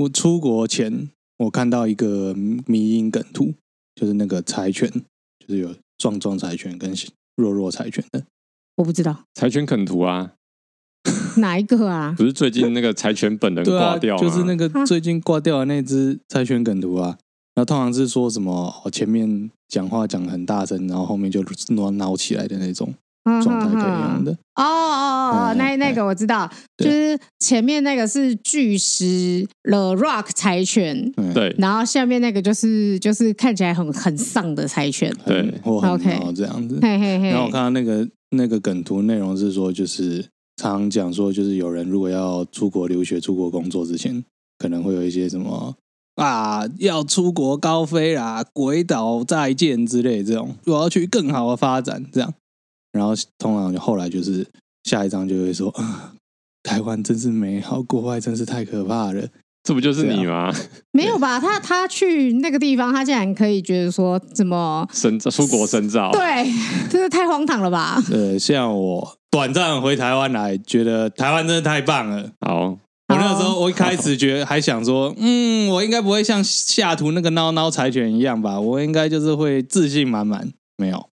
我出国前，我看到一个迷因梗图，就是那个柴犬，就是有壮壮柴犬跟弱弱柴犬的。我不知道柴犬啃图啊，哪一个 啊？不是最近那个柴犬本人对啊，挂掉吗？就是那个啊最近挂掉的那只柴犬梗图啊。然后通常是说什么哦，前面讲话讲很大声，然后后面就闹闹起来的那种嗯状态嗯这样嗯的。 哦哦哦，哦，嗯那嗯那个我知道，就对是前面那个是巨石 The Rock 柴犬，嗯，对然后下面那个就是就是看起来很很丧的柴犬，很对或很 OK 闹这样 子。嘿嘿嘿。然后我看到那个那个梗图内容是说，就是常常讲说，就是有人如果要出国留学、出国工作之前，可能会有一些什么啊，要出国高飞啦，鬼岛再见之类这种，我要去更好的发展这样。然后通常后来就是下一章就会说， 啊、台湾真是美好，国外真是太可怕了。这不就是你吗？没有吧？他他去那个地方，他竟然可以觉得说怎哦么？深造出国深造，对， 这是太荒唐了吧？呃，像我短暂回台湾来，觉得台湾真的太棒了。好，我那时候我一开始觉得还想说，嗯，我应该不会像下图那个孬孬柴犬一样吧，我应该就是会自信满满。没有，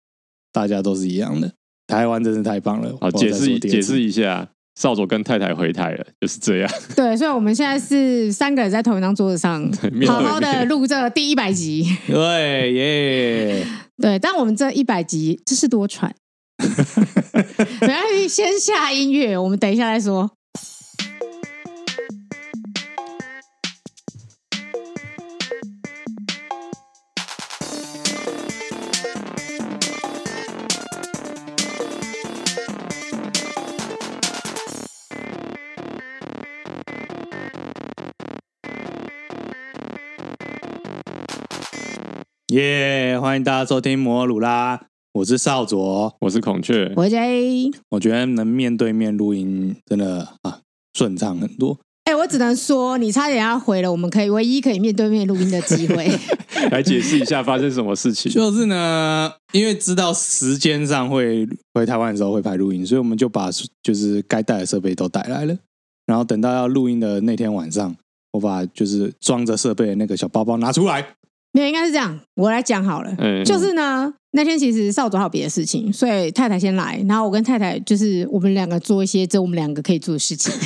大家都是一样的。台湾真是太棒了！好解释一解释一一下，少佐跟太太回台了，就是这样，对，所以我们现在是三个人在同一张桌子上，面好好对的面。录这第一百集。对耶，对，但我们这一百集这是多喘，没关系，先下音乐，我们等一下再说。耶！欢迎大家收听摩鲁啦，我是少佐。我是孔雀，我觉得我觉得能面对面录音真的啊顺畅很多。哎、我只能说，你差点要毁了我们可以唯一可以面对面录音的机会。来解释一下发生什么事情。就是呢，因为知道时间上会回台湾的时候会拍录音，所以我们就把就是该带的设备都带来了。然后等到要录音的那天晚上，我把就是装着设备的那个小包包拿出来。没有，应该是这样，我来讲好了。嗯，就是呢，那天其实少佐还有别的事情，所以太太先来，然后我跟太太就是我们两个做一些只有我们两个可以做的事情。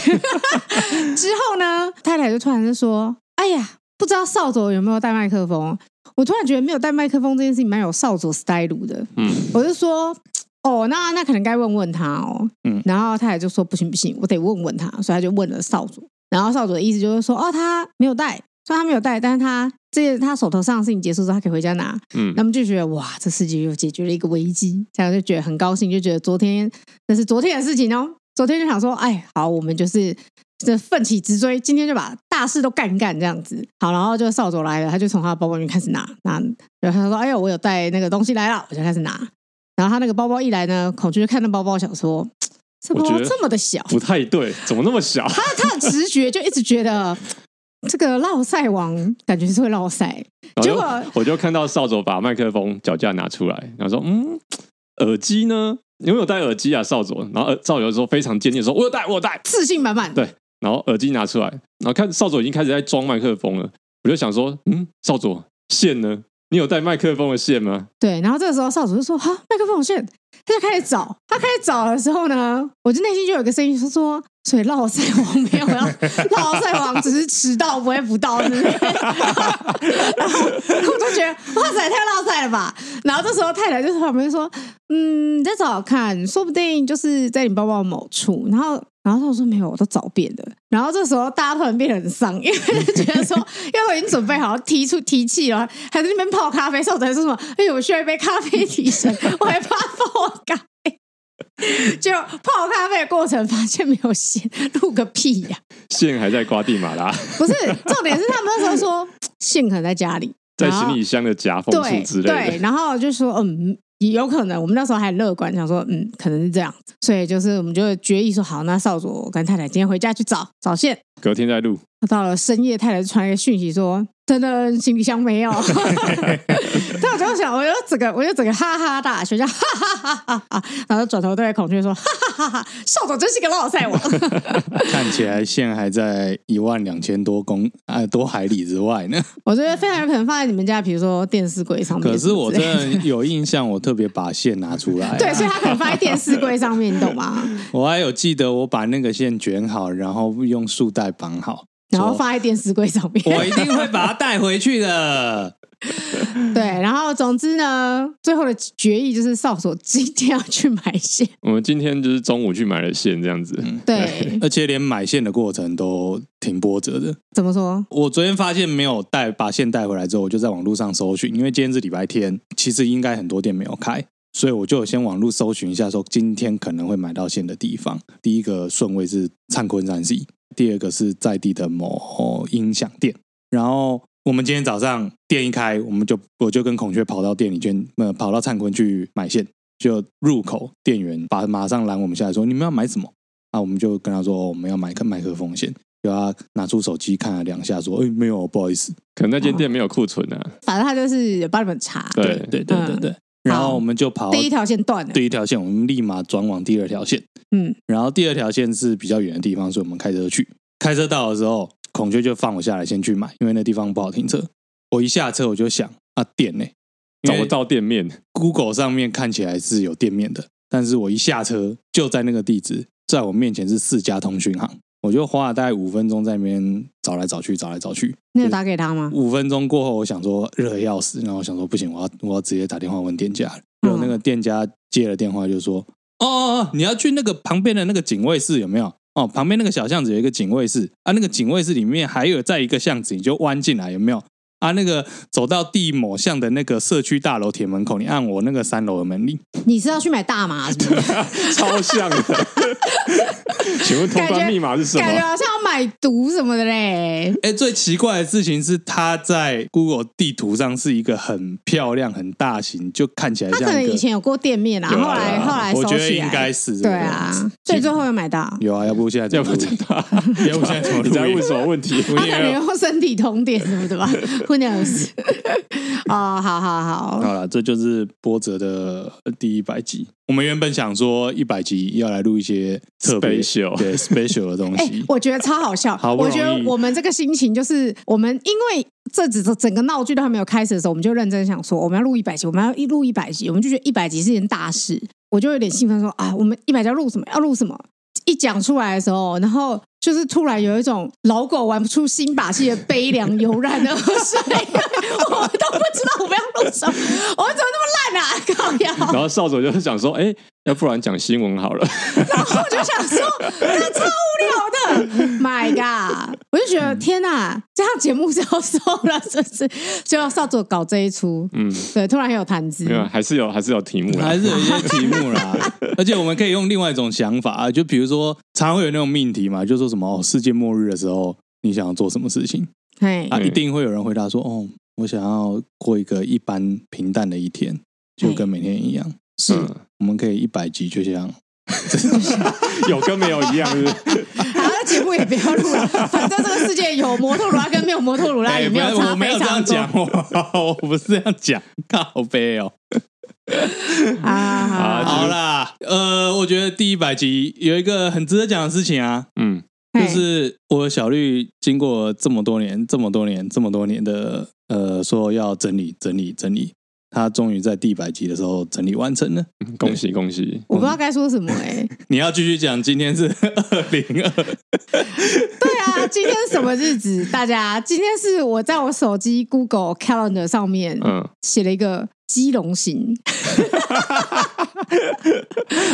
之后呢，太太就突然就说：“哎呀，不知道少佐有没有带麦克风？”我突然觉得没有带麦克风这件事情蛮有少佐 style 的，嗯，我就说。哦，那那可能该问问他哦。嗯然后太太就说不行不行，我得问问他，所以他就问了少佐。然后少佐的意思就是说，哦，他没有带，虽然他没有带，但是他这他手头上的事情结束之后，他可以回家拿。嗯那，么就觉得哇，这世界又解决了一个危机，这样就觉得很高兴，就觉得昨天那是昨天的事情哦。昨天就想说，哎，好，我们就是这奋起直追，今天就把大事都干一干这样子。好，然后就扫帚来了，他就从他的包包里面开始拿拿，然后他说，哎呦，我有带那个东西来了，我就开始拿。然后他那个包包一来呢，孔雀就看那包包，想说，嘖这包我包觉得这么的小，不太对，怎么那么小？他他的直觉就一直觉得。嘖这个绕赛王感觉是会绕赛，结果然后就我就看到少佐把麦克风脚架拿出来，然后说：“嗯，耳机呢？你有没有戴耳机啊，少佐？”然后呃少佐就说非常坚定地说：“我有戴，我有戴。自信满满。”对，然后耳机拿出来，然后看少佐已经开始在装麦克风了，我就想说：“嗯，少佐线呢？你有带麦克风的线吗对，然后这个时候少主就说：“哈，麦克风有线。”他就开始找，他开始找的时候呢，我就内心就有一个声音说说，所以绕赛王没有要绕赛王，只是迟到不会不到，是不是？然后我就觉得哇塞，太绕赛了吧！然后这时候太太就在旁边说：“嗯，你再找找看，说不定就是在你包包的某处。”然后。然后他说没有，我都找遍了。然后这时候大家突然变得很丧，因为就觉得说，因为我已经准备好提出提气了，还在那边泡咖啡，少主还说什么？哎呦，我需要一杯咖啡提神，我还怕泡咖啡。就泡咖啡的过程发现没有线，录个屁呀、？”线还在瓜地马拉，不是，重点是他们那时候说线可能在家里， 在然后行李箱的夹缝处之类对，的。然后就说嗯。也有可能，我们那时候还乐观，想说，嗯，可能是这样，所以就是我们就决议说，好，那少佐跟太太今天回家去找找线。隔天再录，到了深夜，太太就传一个讯息说，真的行李箱没有。但我就想，我就整个，我就整个哈哈大笑，就哈哈哈哈哈哈，然后转头对孔雀说：“哈哈哈哈，少佐真是个老赛王。 看起来线还在一万两千多公啊、多海里之外呢。”我觉得非常有可能放在你们家，比如说电视柜上面。可是我之真类的的有印象，我特别把线拿出来、啊。 对，所以他可能放在电视柜上面，你懂吗？我还有记得我把那个线卷好，然后用束带绑好。然后说放在电视柜上面。我一定会把它带回去的。嗯对，然后总之呢，最后的决议就是少佐今天要去买线。我们今天就是中午去买了线，这样子。嗯对，而且连买线的过程都挺波折的。怎么说？我昨天发现没有带把线带回来之后，我就在网络上搜寻，因为今天是礼拜天，其实应该很多店没有开，所以我就先网络搜寻一下，说今天可能会买到线的地方。第一个顺位是灿坤山西，第二个是在地的某音响店。然后我们今天早上店一开，我们就我就跟孔雀跑到店里去，呃，跑到灿坤去买线，就入口店员把马上拦我们下来说：“你们要买什么？”啊，我们就跟他说：“哦我们要买个麦克风线。”就他拿出手机看了两下，说：“哎、没有，不好意思。可能那间店没有库存啊，反正他就是有帮你们查。对对对对对。然后我们就跑嗯第一条线断了。第一条线，我们立马转往第二条线。嗯，然后第二条线是比较远的地方，所以我们开车去。开车到的时候，孔雀就放我下来先去买，因为那地方不好停车。我一下车我就想啊，店呢、因找为不到 店面， Google 上面看起来是有店面的，但是我一下车就在那个地址，在我面前是四家通讯行，我就花了大概五分钟在那边找来找去，找来找去。你有打给他吗？五分钟过后，我想说热得要死，然后我想说不行，我要我要直接打电话问店家了。嗯然后那个店家接了电话就说：“哦哦，哦，你要去那个旁边的那个警卫室有没有？哦，旁边那个小巷子有一个警卫室啊，那个警卫室里面还有在一个巷子，你就弯进来有没有？啊，那个走到地某巷的那个社区大楼铁门口，你按我那个三楼的门铃。你是要去买大麻是不是？超像的。 请问通感觉关密码是什感觉么？好像要买毒什么的嘞。哎，最奇怪的事情是，它在 Google 地图上是一个很漂亮、很大型，就看起来他可像能一个以。前有过店面啊，有啊后来有啊后来我收觉得起应该来。是这个对样子啊，所以最后有买到。有啊，要不现在要怎么不录真的啊？ 要不现在怎么录你音在问什么问题？我他也可能用身体通电什么 的吧，Who knows？哦，好好好，好了，这就是波折的第一百集。我们原本想说一百集要来录一些特别 Special 对 special 的东哎、西。我觉得超好 笑。好不我容易觉得我们这个心情就是，我们因为这整整个闹剧都还没有开始的时候，我们就认真想说，我们要录一百集，我们要一录一百集，我们就觉得一百集是一件大事，我就有点兴奋说啊，我们一百集要录什么？要录什么？一讲出来的时候，然后就是突然有一种老狗玩不出新把戏的悲凉油然而生， 我都不知道我们要录什么，我们怎么那么烂啊？靠呀！ 然后少佐就想说，哎、要不然讲新闻好了。然后我就想说，那超无聊的，My God！我就觉得天哪，这样节目是要收了，是不是？就要少佐搞这一出，嗯，对，突然有谈资没，啊有，还是有，还是有题目啦。还是有一些题目 啦，而且我们可以用另外一种想法啊，就比如说，常会有那种命题嘛，就说什么哦，世界末日的时候，你想要做什么事情嘿，啊？嗯一定会有人回答说，哦，我想要过一个一般平淡的一天，就跟每天一样。是嗯我们可以一百集就这样，有跟没有一样是不是好，那节目也不要 录了，反正这个世界有摩托罗拉跟没有摩托罗拉哎也不没要有差我没有非这样常讲多，我 我不是这样讲，靠背哦。啊。啊好啦，呃，我觉得第一百集有一个很值得讲的事情啊，嗯，就嘿是我的小绿经过这么多年、这么多年、这么多年的呃，说要整理、整理、整理，他终于在第一百集的时候整理完成了。嗯恭喜恭喜！我不知道该说什么哎、 你要继续讲，今天是 二零二，对啊，今天什么日子？大家，今天是我在我手机 Google Calendar 上面嗯，写了一个基隆行。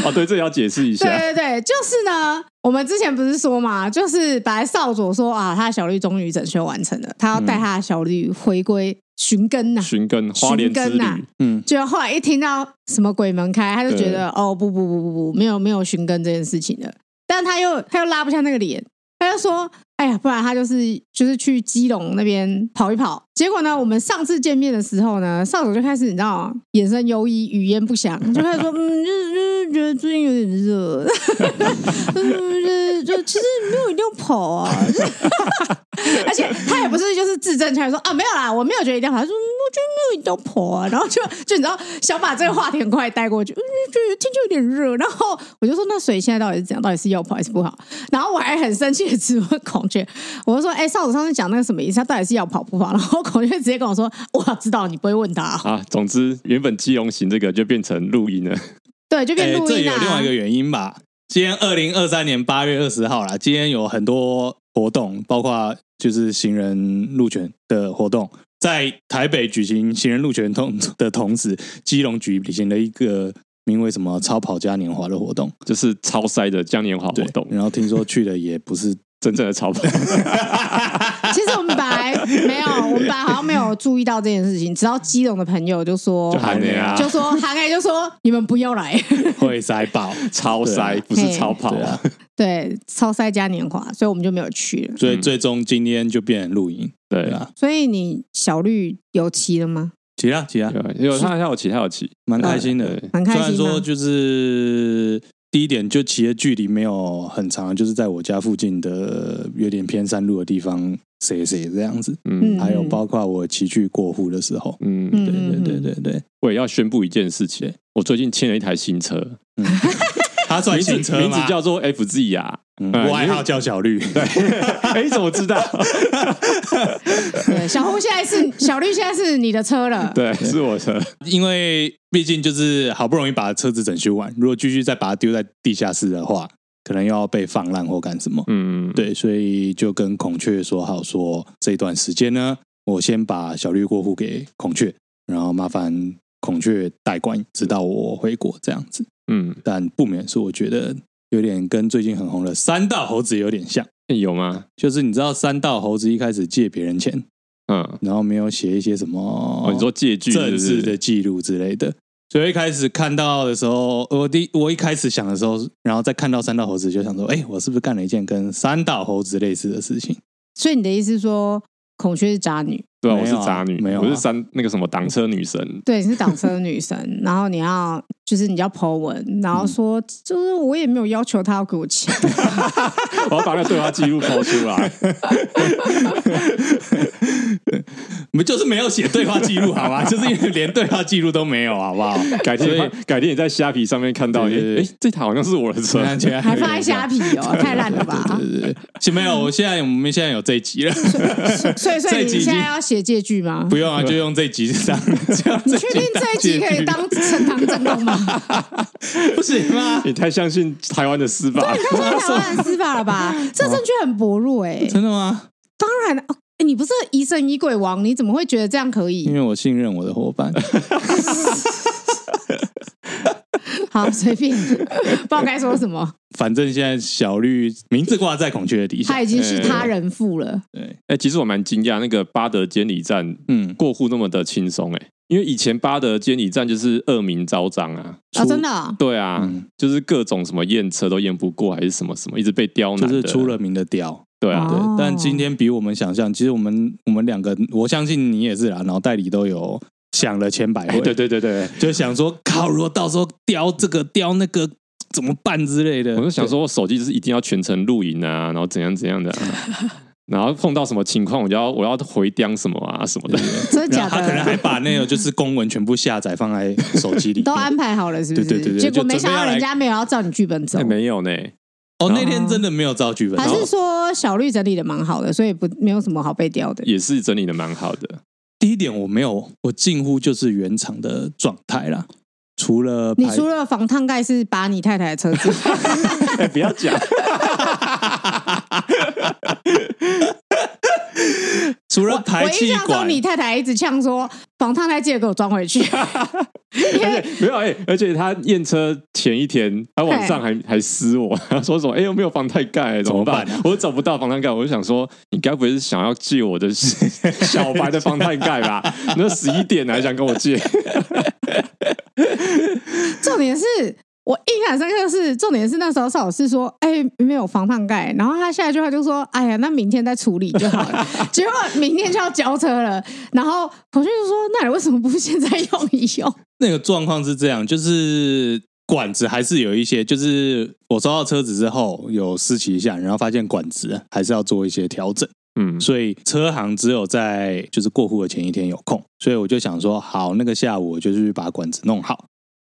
哦，对，这也要解释一下。对对对，就是呢，我们之前不是说嘛，就是本来少佐说啊，他的小绿终于整修完成了，他要带他的小绿回归寻根呐、嗯寻根花莲之寻根啊旅，嗯，就后来一听到什么鬼门开，他就觉得哦不不不不不，没有没有寻根这件事情的。但他又他又拉不下那个脸，他就说：“哎呀，不然他就是就是去基隆那边跑一跑。”结果呢，我们上次见面的时候呢，少佐就开始你知道吗眼神游移，语言不详，就开始说：“嗯，就是就是觉得最近有点热，嗯，就是就其实没有一定要跑啊。就是”而且他也不是就就是字正腔圆说啊，没有啦，我没有觉得一定要跑，他说嗯我觉得没有一定要跑啊，然后就就你知道想把这个话题很快带过去，嗯，就天气有点热，然后我就说那水现在到底是怎样，到底是要跑还是不好？然后我还很生气的质问孔雀，我就说哎、少主上次讲那个什么意思？他到底是要跑不跑？然后孔雀直接跟我说我知道你不会问他哦、啊，总之原本基隆行这个就变成录音了，对，就啊变录哎这音有啦、另外一个原因吧。今天二零二三年八月二十号啦，今天有很多活动，包括就是行人路权的活动，在台北举行行人路权同的同时，基隆举行了一个名为什么“超跑嘉年华”的活动。 就是超塞的嘉年华活对，动，然后听说去的也不 是，真正的超跑。其实我们 本来没有，我们本来好像没有注意到这件事情，直到基隆的朋友就说，就喊你啊，就说韩爱就说你们不要来，会塞爆，超塞对不是超跑对啊，对，超赛嘉年华，所以我们就没有去了。所以嗯最终今天就变成露营，对对啊，啊，所以你小绿有骑了吗？骑啊骑啊，有有他有骑，他有骑，蛮开心的。对蛮虽开然心啊说吗？就是第一点，就骑的距离没有很长，就是在我家附近的有点偏山路的地方，谁谁这样子。嗯嗯还有包括我骑去过户的时候，嗯，对对对嗯，对对，我也要宣布一件事情对，我最近签了一台新车，他算名新字车名字吗叫做 FZ 啊，嗯呃我爱好叫小绿，对， 哎，你怎么知道？对，小红现在是小绿，现在是你的车了。 对，是我车，因为毕竟就是好不容易把车子整修完，如果继续再把它丢在地下室的话，可能又要被放烂或干什么。嗯，对，所以就跟孔雀说好说，这段时间呢，我先把小绿过户给孔雀，然后麻烦孔雀代管，直到我回国这样子。嗯，但不免是我觉得有点跟最近很红的三道猴子有点像，哎有吗？就是你知道三道猴子一开始借别人钱，嗯，然后没有写一些什么哦，你说借据是正不式的是？记录之类的。所以我一开始看到的时候，我第我一开始想的时候，然后再看到三道猴子，就想说，哎、我是不是干了一件跟三道猴子类似的事情？所以你的意思是说，孔雀是渣女，对啊，我没是有啊渣女，没有啊我是三那个什么挡车女神， 对，你是挡车女神，然后你要就是你要 Po 文，然后说就是我也没有要求他要给我钱，我要把那个对话记录抛出来。我们就是没有写对话记录，好 吗？就是因为连对话记录都没有，好不好？ 改所以天改天你在虾皮上面看到，哎对对对哎，这台好像是我的车，啊还放在虾皮哦，太烂了吧？对对对，没有，我现在我们现在有这一集了，所以，所以这一你集已现经在要写借据吗？不用啊，就用这一集上。这样你确定这一集可以当呈堂证供吗？不行吗？ 你太相信台湾的司法，太像台湾的司法 了吧？这证据很薄弱哎、真的吗？当然了、哦哎你不是疑神疑鬼王，你怎么会觉得这样可因以？为我信任我的伙 伴。好，随便， 不知道该说什么。反正现在小绿名字挂在孔雀的底下他，已经是他人父了，对，哎，其实我蛮惊讶，那个巴德监理站嗯，过户那么的轻松，哎，因为以前巴德监理站就是恶名昭彰啊，呃啊，真的啊、对啊，嗯就是各种什么验车都验不过，还是什么什么，一直被刁难就的，是出了名的屌。对啊，对哦，但今天比我们想象，其实我们我们两个，我相信你也是啦，脑袋里都有想了千百哎回，对对对对，就想说，靠，如果到时候雕这个雕那个怎么办之类的。我就想说，我手机就是一定要全程录影啊，然后怎样怎样的、啊，然后碰到什么情况，我就要我要回刁什么啊什么的，真的对，然假后他可能还的？把那个就是公文全部下载放在手机里 面。都安排好了是不是？对对对对结果就没准想备要到来人家没有要照你剧本走。哎没有呢，哦，那天真的没有照剧本，还然是后说小绿整理的蛮好的，所以不没有什么好被调的。也是整理的蛮好的，第一点我没有，我近乎就是原厂的状态啦，除了你排除了防烫盖是把你太太的车子，哎不要 讲，除了 我排印气象中管，你太太一直呛说防烫盖记得给我装回去，因而为且 没有哎、而且他验车前一天，他晚上还还撕我， 他说什么哎又没有防弹盖、怎么办？怎么我找不到防弹盖，我就想说你该不会是想要借我的小白的防弹盖吧？你说十一点还想跟我借？重点是我印象深刻是重点是那时候邵老师说，哎、没有防烫盖，然后他下一句话就说，哎呀，那明天再处理就好 了。结果明天就要交车了，然后孔雀就说，那你为什么不现在用一用？那个状况是这样，就是管子还是有一些，就是我收到车子之后有试骑一下，然后发现管子还是要做一些调整。嗯，所以车行只有在就是过户的前一天有空，所以我就想说，好，那个下午我就去把管子弄好，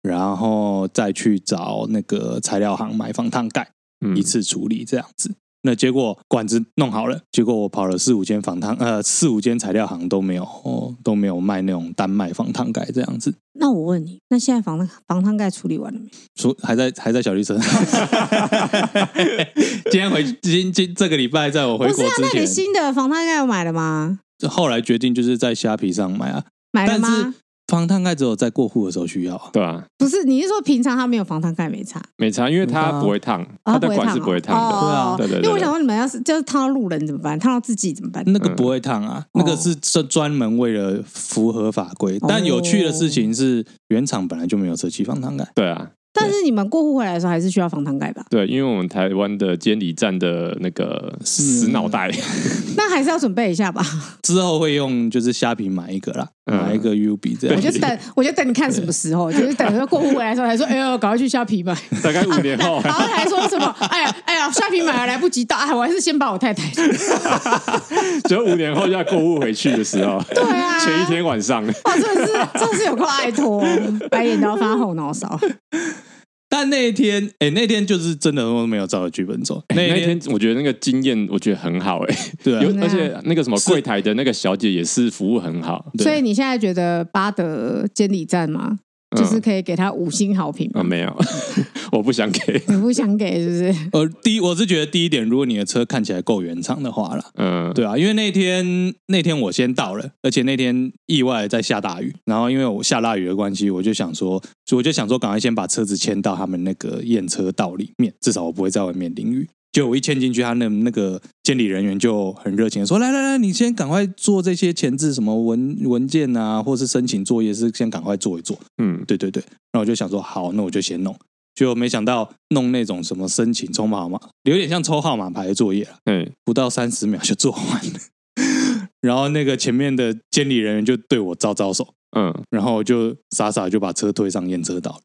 然后再去找那个材料行买防烫盖，嗯一次处理这样子。那结果管子弄好了，结果我跑了四五间防烫呃四五间材料行都没有、哦、都没有卖那种单卖防烫盖这样子， 那我问你，那现在防防烫盖处理完了没？说还在还在小绿车。今天回今今这个礼拜在我回不是国啊，之那你前，新的防烫盖有买了吗？后来决定就是在虾皮上买啊，买了但是吗？防烫盖只有在过户的时候需要啊。对啊，不是，你是说平常他没有防烫盖没擦？没差，因为它嗯不会烫，啊它的管是不会烫的。对啊哦对嗯对对因为我想说，你们要是就是烫到路人怎么办？烫到自己怎么办？那个不会烫啊，嗯那个哦是专专门为了符合法规。但有趣的事情是，原厂本来就没有车漆防烫盖，对啊，但是你们过户回来的时候还是需要防烫盖吧？对，因为我们台湾的监理站的那个死脑袋，嗯那还是要准备一下吧。之后会用就是虾皮买一个啦，嗯买一个 U B 这我样就子。等，我就等你看什么时候，就是等着过户回来的时候，还说，哎呦，赶快去虾皮 买。 大概五年后，然后还说什么？哎呀，哎呀，虾皮买了来不及到，哎，我还是先把我 太太。只有五年后要购物回去的时候，对啊，前一天晚上，哇，真的是，真的是有够爱拖，白眼都要翻后脑勺。但那一天，哎，那天就是真的都没有照着剧本走。哎那一一天我觉得那个经验，我觉得很好哎、对有啊，对啊而且那个什么柜台的那个小姐也是服务很好，对所以你现在觉得巴德监理站吗？嗯就是可以给他五星好评吗？啊、没有，我不 想给，你不想给是不 是？呃，第一我是觉得第一点，如果你的车看起来够原厂的话啦，嗯，对啊，因为那天那天我先到了，而且那天意外在下大雨，然后因为我下大雨的关系，我就想说，我就想说，赶快先把车子牵到他们那个验车道里面，至少我不会在外面淋雨。就我一牵进去，他那那个监理人员就很热情地说：“来来来，你先赶快做这些前置什么文文件啊，或是申请作业是先赶快做一做。”嗯，对对对，然后我就想说，好，那我就先弄。就没想到弄那种什么申请抽号码，有点像抽号码牌的作业啊哎，不到三十秒就做完了。 然后那个前面的监理人员就对我招招手，嗯，然后我就傻傻就把车推上验车道。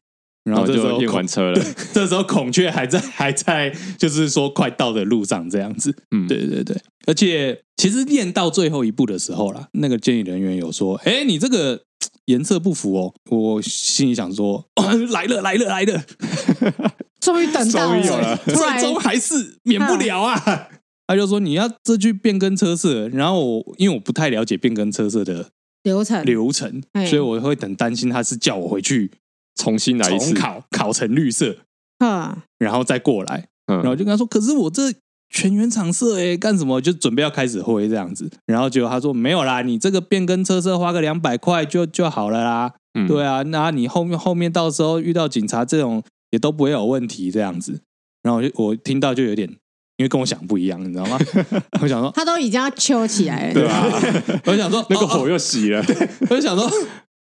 然然后后这时候就验孔完，车了，这时候孔雀还在还在，就是说快到的路上这样子。嗯，对对对，而且其实验到最后一步的时候啦，那个监理人员有说：“哎，你这个嘖颜色不符哦。”我心里想说：“ 哦、来了来了来了，终于等到终于有了突最然终还是免不了啊。 他就说你要这去变更车色，然后我因为我不太了解变更车色的流程流程，嗯所以我会很担心他是叫我回去重新来一重次，考，考成绿色，嗯，然后再过来。然后嗯我就跟他说，可是我这全原厂色哎、干什么？就准备要开始挥这样子。然后结果他说没有啦，你这个变更车色花个两百块就就好了啦。嗯，对啊，那你后面后面到时候遇到警察这种也都不会有问题这样子。然后我就我听到就有点，因为跟我想不一样，你知道吗？ 我想说，他都已经要揪起来了。对啊，我想说 那个哦火又熄了，哦我就想说，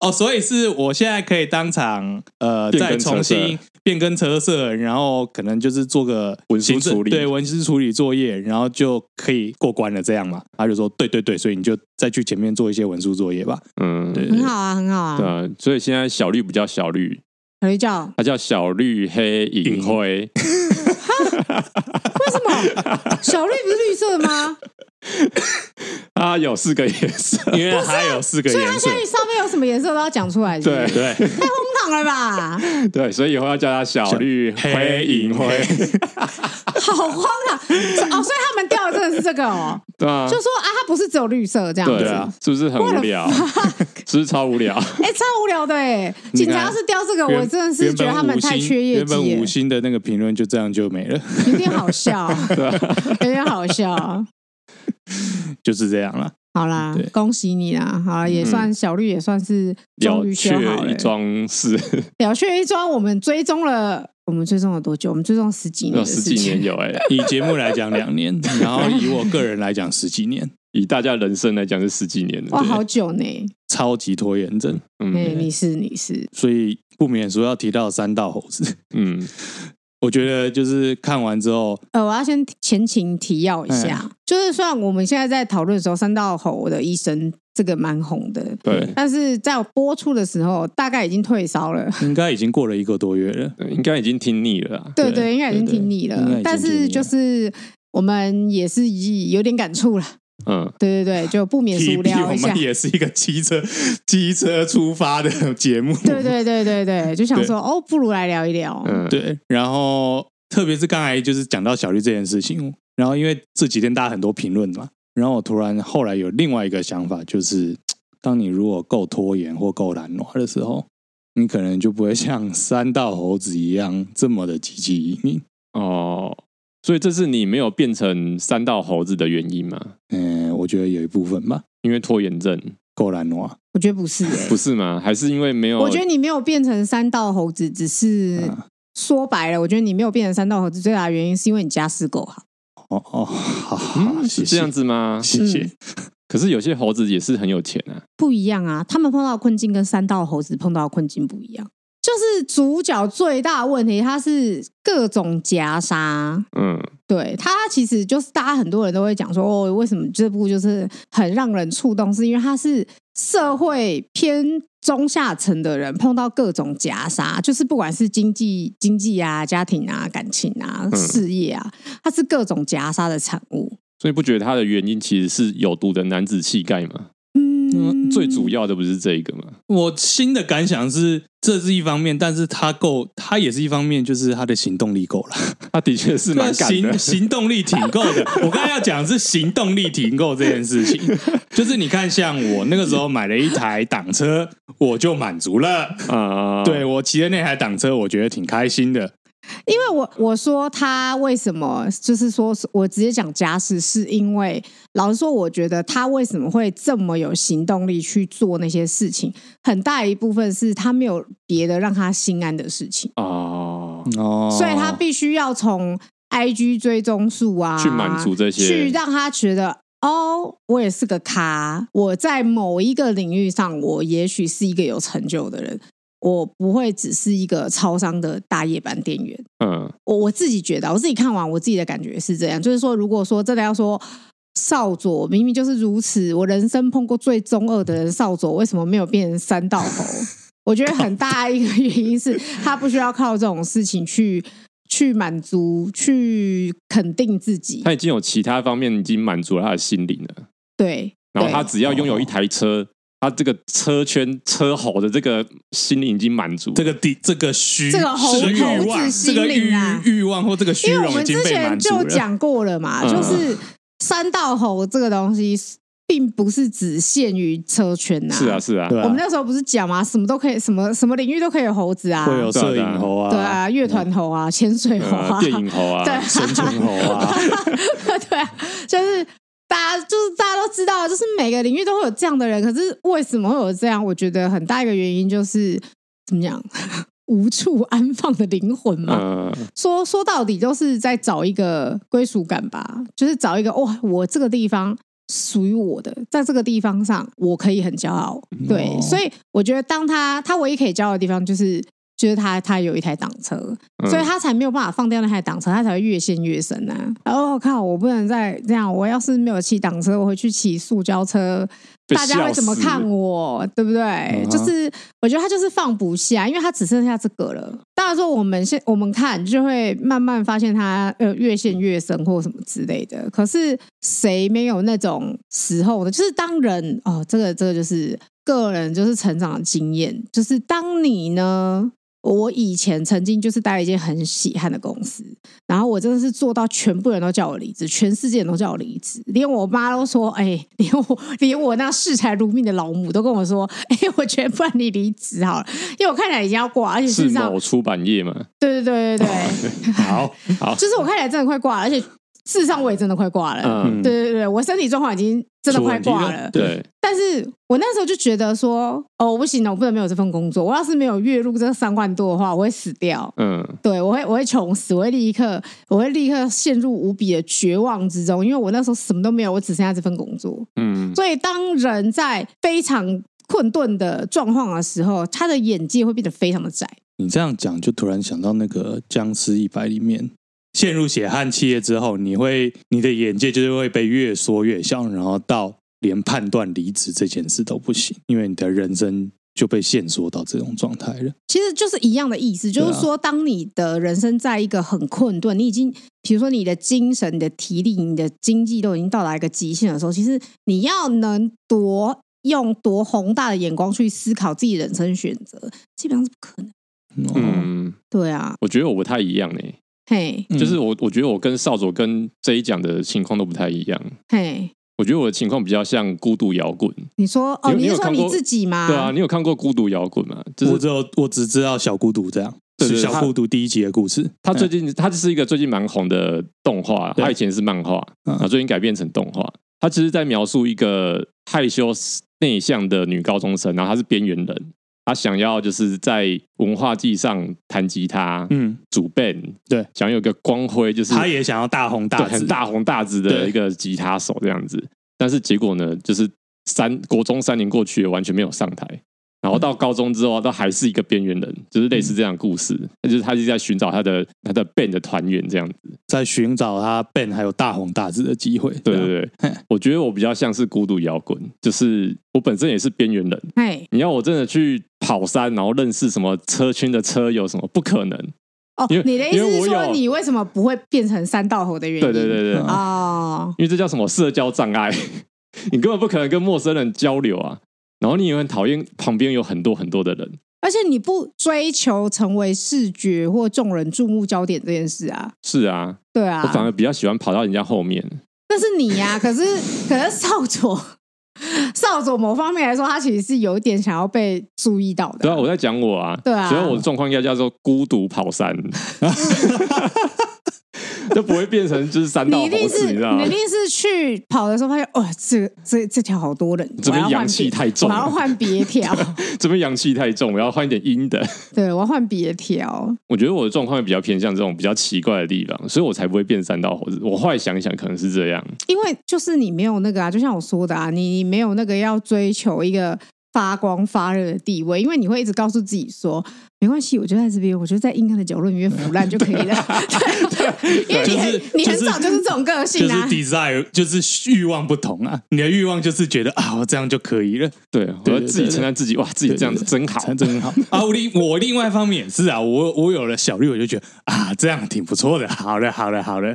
哦，所以是我现在可以当场呃变再更车色重新变更车色，然后可能就是做个文书行政处理对文书处理作业，然后就可以过关了这样嘛？他就说，对对对，所以你就再去前面做一些文书作业吧。嗯，对很好啊，很好对啊。啊，所以现在小绿不叫小绿，回叫 它叫小绿黑银 灰，为什么小绿不是绿色的吗？它有四个颜 色，因为还有四个所以颜 他色现，在上面有什么颜色都要讲出来，是不是对对太荒唐了吧？ 对，所以以后要叫它小绿黑银灰，好荒唐哦！所以他们掉的真的是这个哦， 对啊就，说啊，它不是只有绿色这样对子，啊，是不是很无聊？是不是超 无聊？哎，超无聊的哎！你看警察要是掉这个，原 我真的是觉得他们太缺业原本五星原本绩五了，星的那个评论就这样就没了， 有点好笑， 有点好笑。就是这样了。好啦对，恭喜你啦！好啦，也算小绿也算是终了于修却好了一。桩事， 了却一桩，我们追踪了，我们追踪了多久？我们追踪了十几年有的十事几情年。有哎、以节目来讲两 年，然后以我个人来讲十几年，以大家人生来讲是十几年了。哇，对好久呢！超级拖延症，哎、嗯你是你是，所以不免说要提到三道猴子。 嗯，我觉得就是看完之后，呃，我要先前情提要一下，就是虽然我们现在在讨论的时候，三道猴的医生这个蛮红的，对，但是在我播出的时候，大概已经退烧了。应该已经过了一个多月了。呃应该已经听腻了啦。对对对应该已经对对听你应该已了经，但听腻是了就是我们也是有点感触了。嗯，对对对，就不免屁俗屁，聊我一 下们。也是一个机车机车出发的节目， 对对对对对，就想说哦，不如来聊一聊。嗯，对，然后特别是刚才就是讲到小绿这件事情，然后因为这几天大家很多评论嘛，然后我突然后来有另外一个想法，就是当你如果够拖延或够懒惰的时候，你可能就不会像三道猴子一样这么的积极应应。哦，所以这是你没有变成三道猴子的原因吗？嗯，我觉得有一部分吧，因为拖延症够懒惰，啊我觉得不 是欸不是吗？还是因为没有？我觉得你没有变成三道猴子，只是啊说白了，我觉得你没有变成三道猴子最大的原因是因为你家是狗好。哦哦，好好，嗯，谢是谢，这样子啊吗？谢谢嗯。可是有些猴子也是很有钱啊。不一样啊，他们碰到的困境跟三道猴子碰到的困境不一样。就是主角最大的问题，他是各种夹杀。嗯，对他其实就是大家很多人都会讲说，哦，为什么这部就是很让人触动，是因为他是社会偏中下层的人碰到各种夹杀，就是不管是经济、经济啊、家庭啊、感情啊、嗯事业啊，它是各种夹杀的产物。所以不觉得他的原因其实是有毒的男子气概吗？嗯，最主要的不是这一个吗？我新的感想是，这是一方面，但是他够，他也是一方面，就是他的行动力够了，他的确是蛮敢的啊行。行动力挺够 的。我刚才要讲的是行动力挺够这件事情，就是你看，像我那个时候买了一台挡车，我就满足了。啊，对我骑的那台挡车，我觉得挺开心的。因为我我说他为什么就是说我直接讲家事，是因为老实说，我觉得他为什么会这么有行动力去做那些事情，很大一部分是他没有别的让他心安的事情，哦，哦，所以他必须要从 IG 追踪数啊去满足这些去让他觉得。哦，我也是个咖。我在某一个领域上，我也许是一个有成就的人，我不会只是一个超商的大夜班店员。嗯，我我自己觉得啊，我自己看完我自己的感觉是这样，就是说，如果说真的要说少佐明明就是如此，我人生碰过最中二的人少佐，为什么没有变成三道猴？我觉得很大一个原因是他不需要靠这种事情去去满足、去肯定自己。他已经有其他方面已经满足了他的心灵了。对，然后对他只要拥有一台车，他这个车圈车猴的这个心灵已经满足了。这个底这个虚这个猴是欲猴子望，这心个欲灵啊欲望或这个虚因为我荣已们经之被前满足就了。讲过了嘛，嗯就是三道猴这个东西，并不是只限于车圈呐、是啊，是啊，对啊我们那时候不是讲吗？什么都可以，什么什么领域都可以有猴子啊，会有对啊摄对啊影猴啊，对啊，乐团猴啊，潜水猴呃 啊，电影猴啊，对啊生存猴啊， 对啊，就是大家就是大家都知道，就是每个领域都会有这样的人。可是为什么会有这样？我觉得很大一个原因就是怎么讲，无处安放的灵魂嘛。嗯，说说到底都是在找一个归属感吧，就是找一个哇，我这个地方属于我的，在这个地方上我可以很骄傲。对，哦所以我觉得当他他唯一可以骄傲的地方就是。就是他，他有一台挡车，嗯所以他才没有办法放掉那台挡车，他才会越陷越深啊！然后我靠，我不能再这样，我要是没有骑挡车，我会去骑塑胶车，被嗯大家会笑怎么死看我，对不对？哼就是我觉得他就是放不下，因为他只剩下这个了。当然说我们现我们看就会慢慢发现他呃越陷越深或什么之类的。可是谁没有那种时候呢？就是当人哦，这个这个就是个人就是成长的经验，就是当你呢。我以前曾经就是待了一间很喜汗的公司，然后我真的是做到全部人都叫我离职，全世界人都叫我离职，连我妈都说：“哎、连我连我那视财如命的老母都跟我说：‘哎、我觉得不然你离职好了，因为我看起来已经要挂，而且 事是哦实上某，出版业嘛？对对对对对，好，就是我看起来真的快挂了，而且事实上我也真的快挂了。嗯，对对对，我身体状况已经真的快出挂问题了了，对，但是我那时候就觉得说，哦，我不行了，我不能没有这份工作。我要是没有月入这三万多的话，我会死掉。嗯，对，我会我会穷死，我会立刻我会立刻陷入无比的绝望之中，因为我那时候什么都没有，我只剩下这份工作。嗯，所以当人在非常困顿的状况的时候，他的眼界会变得非常的窄。你这样讲，就突然想到那个《僵尸一百》里面，陷入血汗企业之后，你会你的眼界就是会被越缩越小，然后到连判断离职这件事都不行，因为你的人生就被限缩到这种状态了。其实就是一样的意思，就是说，当你的人生在一个很困顿，你已经，比如说你的精神、你的体力、你的经济都已经到达一个极限的时候，其实你要能多用多宏大的眼光去思考自己人生选择，基本上是不可能。嗯，嗯，对啊，我觉得我不太一样呢、嘿，嗯就是我我觉得我跟少佐跟这一讲的情况都不太一样。嘿，我觉得我的情况比较像孤独摇滚，你说哦，你有你你有是说看你过自己吗？对啊，，你有看过孤独摇滚吗？就我是只有我只知道小孤独这样，对对是小他孤独第一集的故事。他最嗯近，他就是一个最近蛮红的动画，对他以前是漫画，嗯然后最近改编成动画。他其实在描述一个害羞内向的女高中生，然后她是边缘人，她想要就是在文化祭上弹吉他、嗯，主 band，对，想要有个光辉，就是他也想要大红对大紫，很大红大紫的对一个吉他手这样子。但是结果呢，就是三国中三年过去，完全没有上台。然嗯后到高中之后，都还是一个边缘人，就是类似这样的故事。那就是他是在寻找他的他的 band 的团员这样子。在寻找他 Ben 还有大红大紫的机会。对这样对对嘿，我觉得我比较像是孤独摇滚，就是我本身也是边缘人。嘿，你要我真的去跑山，然后认识什么车圈的车友什么，不可能。哦因为，你的意因思为是我说有你为什么不会变成三道猴的原因？对对对对，嗯哦，因为这叫什么社交障碍， 你根本不可能跟陌生人交流啊。然后你也很讨厌旁边有很多很多的人，而且你不追求成为视觉或众人注目焦点这件事啊，是啊，对啊，我反而比较喜欢跑到人家后面。那是你呀、可是可是少佐，少佐某方面来说，他其实是有一点想要被注意到对的啊，。我在讲我啊，对啊所以我的状况应该叫做孤独 跑山，就不会变成就是三道你一猴定子，是你知道你吗一？定是去跑的时候发现，哇，这个这这条好多人，这边我要换阳气别太重我要换别条， 这边阳气太重，我要换一点阴的。对我要换别条。我觉得我的状况比较偏向这种比较奇怪的地方，所以我才不会变三道猴子。我后来想一想，可能是这样。因为就是你没有那个啊，就像我说的啊，你你没有那个要追求一个发光发热的地位，因为你会一直告诉自己说，没关系，我就在这边，我就在阴暗的角落里面腐烂就可以了。对，因为你很、就是你很早就就是是这种个就性是啊。 desire 就是欲望不同啊，你的欲望就是觉得啊，我这样就可以了，对，我对要对自己对承担自己，哇，自己这样子真好。才真好啊。我另我另外一方面也是啊，我我有了小绿，我就觉得啊，这样挺不错的。好了，好了，好了。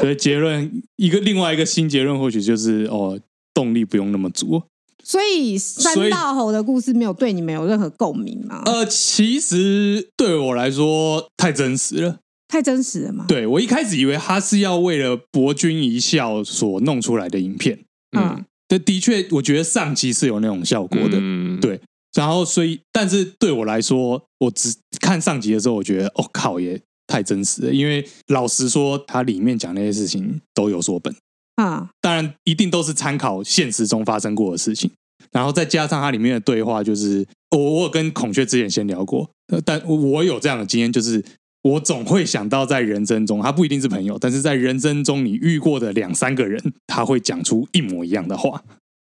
所以结论一个另外一个新结论，或许就是哦，动力不用那么足。所以三道猴的故事没有对你们有任何共鸣吗？呃，其实对我来说太真实了。太真实了吗？对我一开始以为他是要为了博君一笑所弄出来的影片，嗯，但的确，我觉得上集是有那种效果的。嗯对然后，所以，但是对我来说，我只看上集的时候，我觉得，哦靠，也太真实了。因为老实说，它里面讲那些事情都有所本，啊、当然一定都是参考现实中发生过的事情。 然后再加上它里面的对话，就是我我有跟孔雀之前先聊过，呃但我有这样的经验，就是我总会想到在人生中，他不一定是朋友，但是在人生中你遇过的两三个人，他会讲出一模一样的话。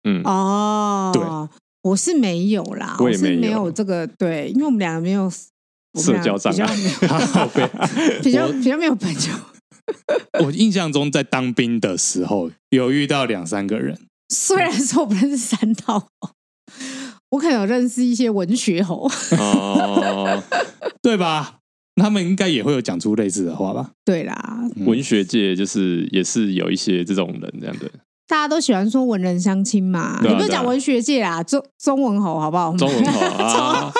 嗯，哦，对我是没有啦，我也是没没有有这个对，因为我们两个没有我们社俩交障比较碍没有 比较比较没有朋友。我印象中，在当兵的时候有遇到两三个人，虽然说我不认识三道猴，我可能有认识一些文学猴。 哦，对吧？他们应该也会有讲出类似的话吧？对啦，文学界就是也是有一些这种人这样的，大家都喜欢说文人相亲嘛，对啊也不是讲文学界啦，中中文猴好不好？中文好啊，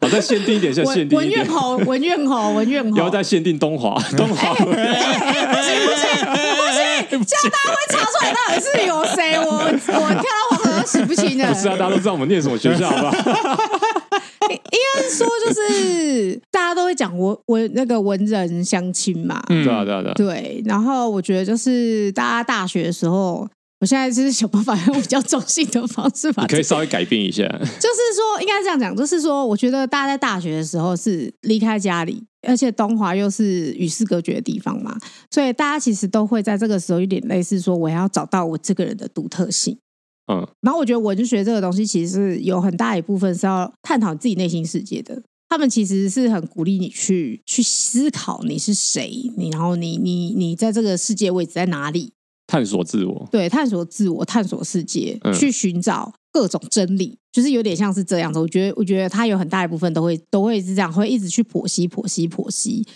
好再限定一点，再限文定文一苑点，猴， 文苑猴，文苑要猴。再限定东华，东华这样大家会查出来到底是有谁，我我跳到黄河都洗不清的。 不是啊，大家都知道我们念什么学校，好不好？应该是说就是大家都会讲文文那个文人相亲嘛，对啊，对啊，对啊，对，然后我觉得就是大家大学的时候，我现在就是想办法用比较中性的方式吧，你可以稍微改变一下，就是说应该这样讲，就是说我觉得大家在大学的时候是离开家里，而且东华又是与世隔绝的地方嘛，所以大家其实都会在这个时候有点类似说我要找到我这个人的独特性。嗯，然后我觉得文学这个东西其实是有很大一部分是要探讨自己内心世界的。他们其实是很鼓励你去去思考你是谁，你然后你你你在这个世界位置在哪里，探索自我，对，探索自我，探索世界，嗯去寻找各种真理，就是有点像是这样子。我觉得，我觉得他有很大一部分都会都会是这样，会一直去剖析、剖析、剖析。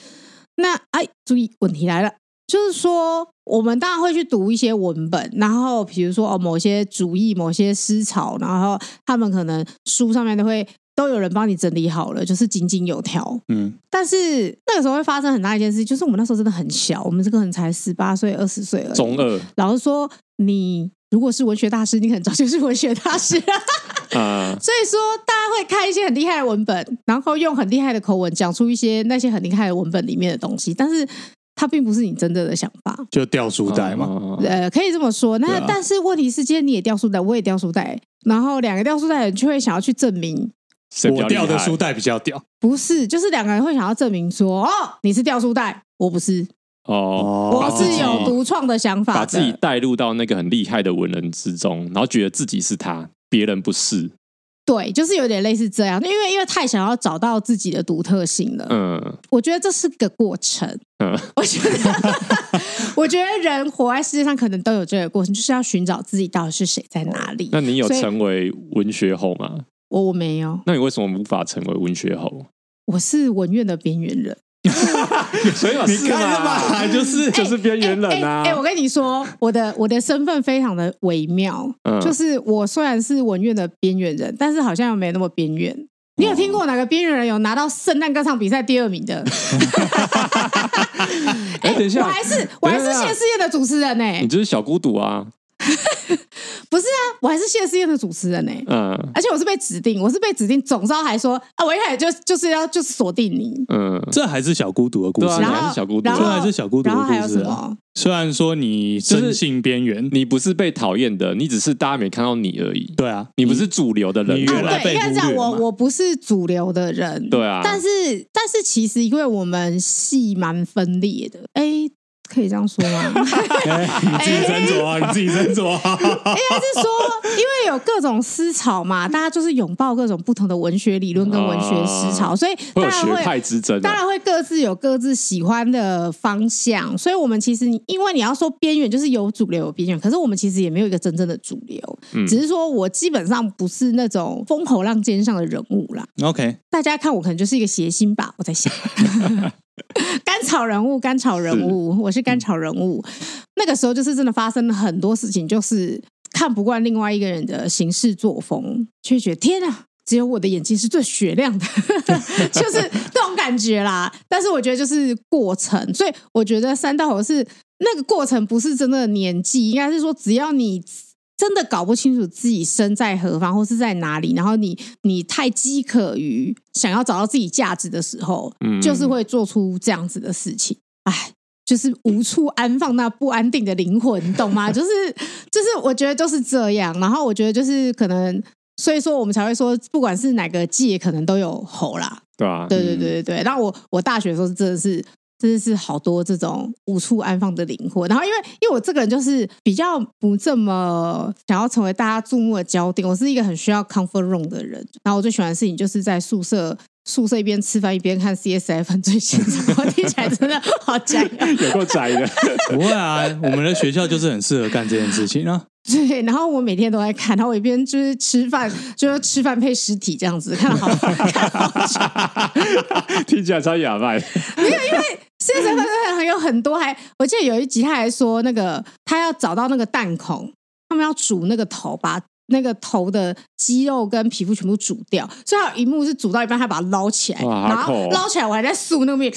那哎，注意问题来了，就是说我们当然会去读一些文本，然后比如说哦某些主义、某些思潮，然后他们可能书上面都会都有人帮你整理好了，就是井井有条。嗯，但是那个时候会发生很大一件事，就是我们那时候真的很小，我们这个人才十八岁、二十岁而已。中二老实说，你如果是文学大师，你很早就是文学大师了。 啊，所以说，大家会看一些很厉害的文本，然后用很厉害的口吻讲出一些那些很厉害的文本里面的东西，但是它并不是你真正的想法。就掉书袋嘛，嘛呃，可以这么说。那、对啊但是问题是，今天你也掉书袋，我也掉书袋，然后两个掉书袋的人就会想要去证明，谁比较我厉害掉的书袋比较屌不是，就是两个人会想要证明说，哦，你是掉书袋，我不是，哦，我自是己有独创的想法的，把自己带入到那个很厉害的文人之中，然后觉得自己是他，别人不是。对，就是有点类似这样，因为因为太想要找到自己的独特性了。嗯我觉得这是个过程。嗯，我觉得， 我觉得人活在世界上可能都有这个过程，就是要寻找自己到底是谁在哪里。那你有所以成为文学后吗？我我没有，那你为什么无法成为文 学后？我是文院的边缘人，所以你看了吧，就是 就是边缘人啊啊哎哎、哎哎我跟你说，我的我的身份非常的微妙，嗯就是我虽然是文院的边缘人，但是好像又没那么边缘。你有听过哪个边缘人有拿到圣诞歌唱比赛第二名的？哎、 等一我下，还是我还是等一下谢师宴的主持人呢、欸你就是小孤独啊，不是啊，我还是谢师宴的主持人呢、欸嗯而且我是被指定，我是被指定，总招还说啊，我一开始就就是要就是锁定你，嗯，这还是小孤独的故事对啊然你还后是小孤独然这后还是小孤独然的后还有故什事啊。么？虽然说你深信边缘，你不是被讨厌的，你只是大家没看到你而已，对啊， 你不是主流的人你啊，越来对，被应该这样，忽略我嘛我不是主流的人，对啊但是但是其实因为我们系蛮分裂的，哎，可以这样说吗？ 你自己斟酌哎啊，你自己斟酌啊。应该是说，因为有各种思潮嘛，大家就是拥抱各种不同的文学理论跟文学思潮，啊所以会当有然学会派之争、当啊。然会各自有各自喜欢的方向，所以我们其实因为你要说边缘，就是有主流有边缘，可是我们其实也没有一个真正的主流，嗯只是说我基本上不是那种风口浪尖上的人物啦。 OK，大家看我可能就是一个谐星吧，我在想。 甘草人物，甘草人物，我是甘草人物。那个时候就是真的发生了很多事情，就是看不惯另外一个人的行事作风，却觉得天啊，只有我的眼睛是最雪亮的，就是这种感觉啦。但是我觉得就是过程，所以我觉得三道猴是那个过程，不是真的年纪，应该是说只要你。真的搞不清楚自己身在何方或是在哪里，然后你你太饥渴于想要找到自己价值的时候，嗯就是会做出这样子的事情。哎，就是无处安放那不安定的灵魂，你懂吗？就是就是，我觉得就是这样。然后我觉得就是可能，所以说我们才会说，不管是哪个界，可能都有猴啦。对吧、啊？对对对对对。那我我大学的时候真的是。真的是好多这种无处安放的灵魂，然后因为因为我这个人就是比较不这么想要成为大家注目的焦点，我是一个很需要 comfort room 的人。然后我最喜欢的事情就是在宿舍宿舍一边吃饭一边看 CSI 犯罪现场，我听起来真的好假呀。有够宅的，不会啊，我们的学校就是很适合干这件事情啊。 对，然后我每天都在看，然后我一边就是吃饭，就是吃饭配尸体这样子，看了 好看了好久。 听起来超哑巴。现在真的很有很多还，我记得有一集他还说那个他要找到那个弹孔，他们要煮那个头，把那个头的肌肉跟皮肤全部煮掉。所以还有一幕是煮到一半，他把它捞起来，哇然好酷后哦捞起来我还在漱那个 面。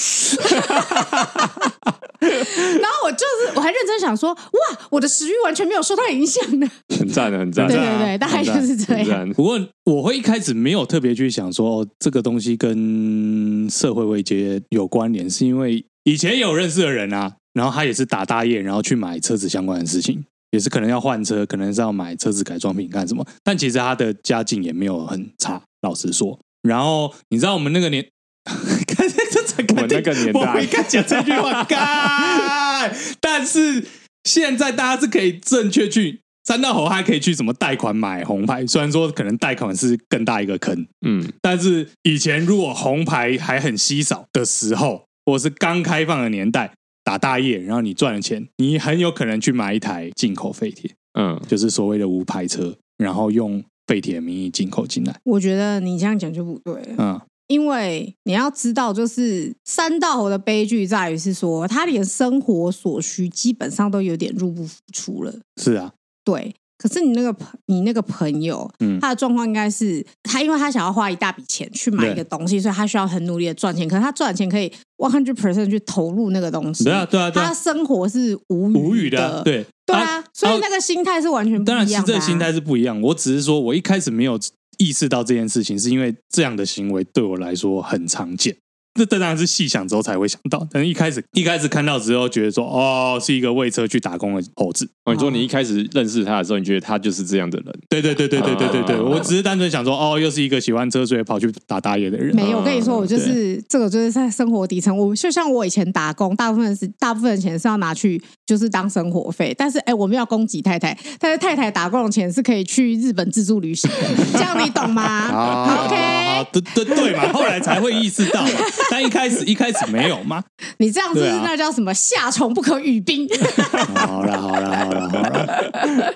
然后我就是，我还认真想说，哇，我的食欲完全没有受到影响呢。很赞啊的，很赞对的，啊对对，大概就是这很样。赞。不过我会一开始没有特别去想说、哦、这个东西跟社会位阶有关联，是因为以前有认识的人啊，然后他也是打大业，然后去买车子相关的事情，也是可能要换车，可能是要买车子改装品干什么，但其实他的家境也没有很差，老实说。然后你知道我们那个年， 看这才我们那个年代我应该讲这句话，干！但是现在大家是可以正确去三道猴，还可以去什么贷款买红牌，虽然说可能贷款是更大一个坑，嗯，但是以前如果红牌还很稀少的时候，或是刚开放的年代。打大业，然后你赚了钱，你很有可能去买一台进口废铁，嗯，就是所谓的无牌车，然后用废铁的名义进口进来。我觉得你这样讲就不对了，嗯，因为你要知道，就是三道猴的悲剧在于是说，他连生活所需基本上都有点入不敷出了。是啊，对，可是你那个朋你那个朋友，嗯他的状况应该是他，因为他想要花一大笔钱去买对一个东西，所以他需要很努力的赚钱。可是他赚的钱可以 one hundred percent 去投入那个东西，对啊，对啊，对他啊，生活是无语无语的啊，的，对对啊，所以那个心态是完全不当然一是样这的、个啊。心态是不一样。我只是说我一开始没有意识到这件事情，是因为这样的行为对我来说很常见。这这当然是细想之后才会想到，但是一开始一开始看到之后，觉得说哦，是一个为车去打工的猴子。哦，你说你一开始认识他的时候，你觉得他就是这样的人，对对对对对对对对，啊我只是单纯想说哦，又是一个喜欢车所以跑去打打野的人。没有，我跟你说，我嗯就对是这个，就是在生活底层。我就像我以前打工，大部分是大部分钱是要拿去就是当生活费，但是哎，我们要供给太太，但是太太打工的钱是可以去日本自助旅行的，这样你懂 吗啊？OK，对对对嘛，后来才会意识到嘛，但一开始一开始没有嘛。你这样子对啊那叫什么？夏虫不可语冰， 好了好了好了好了，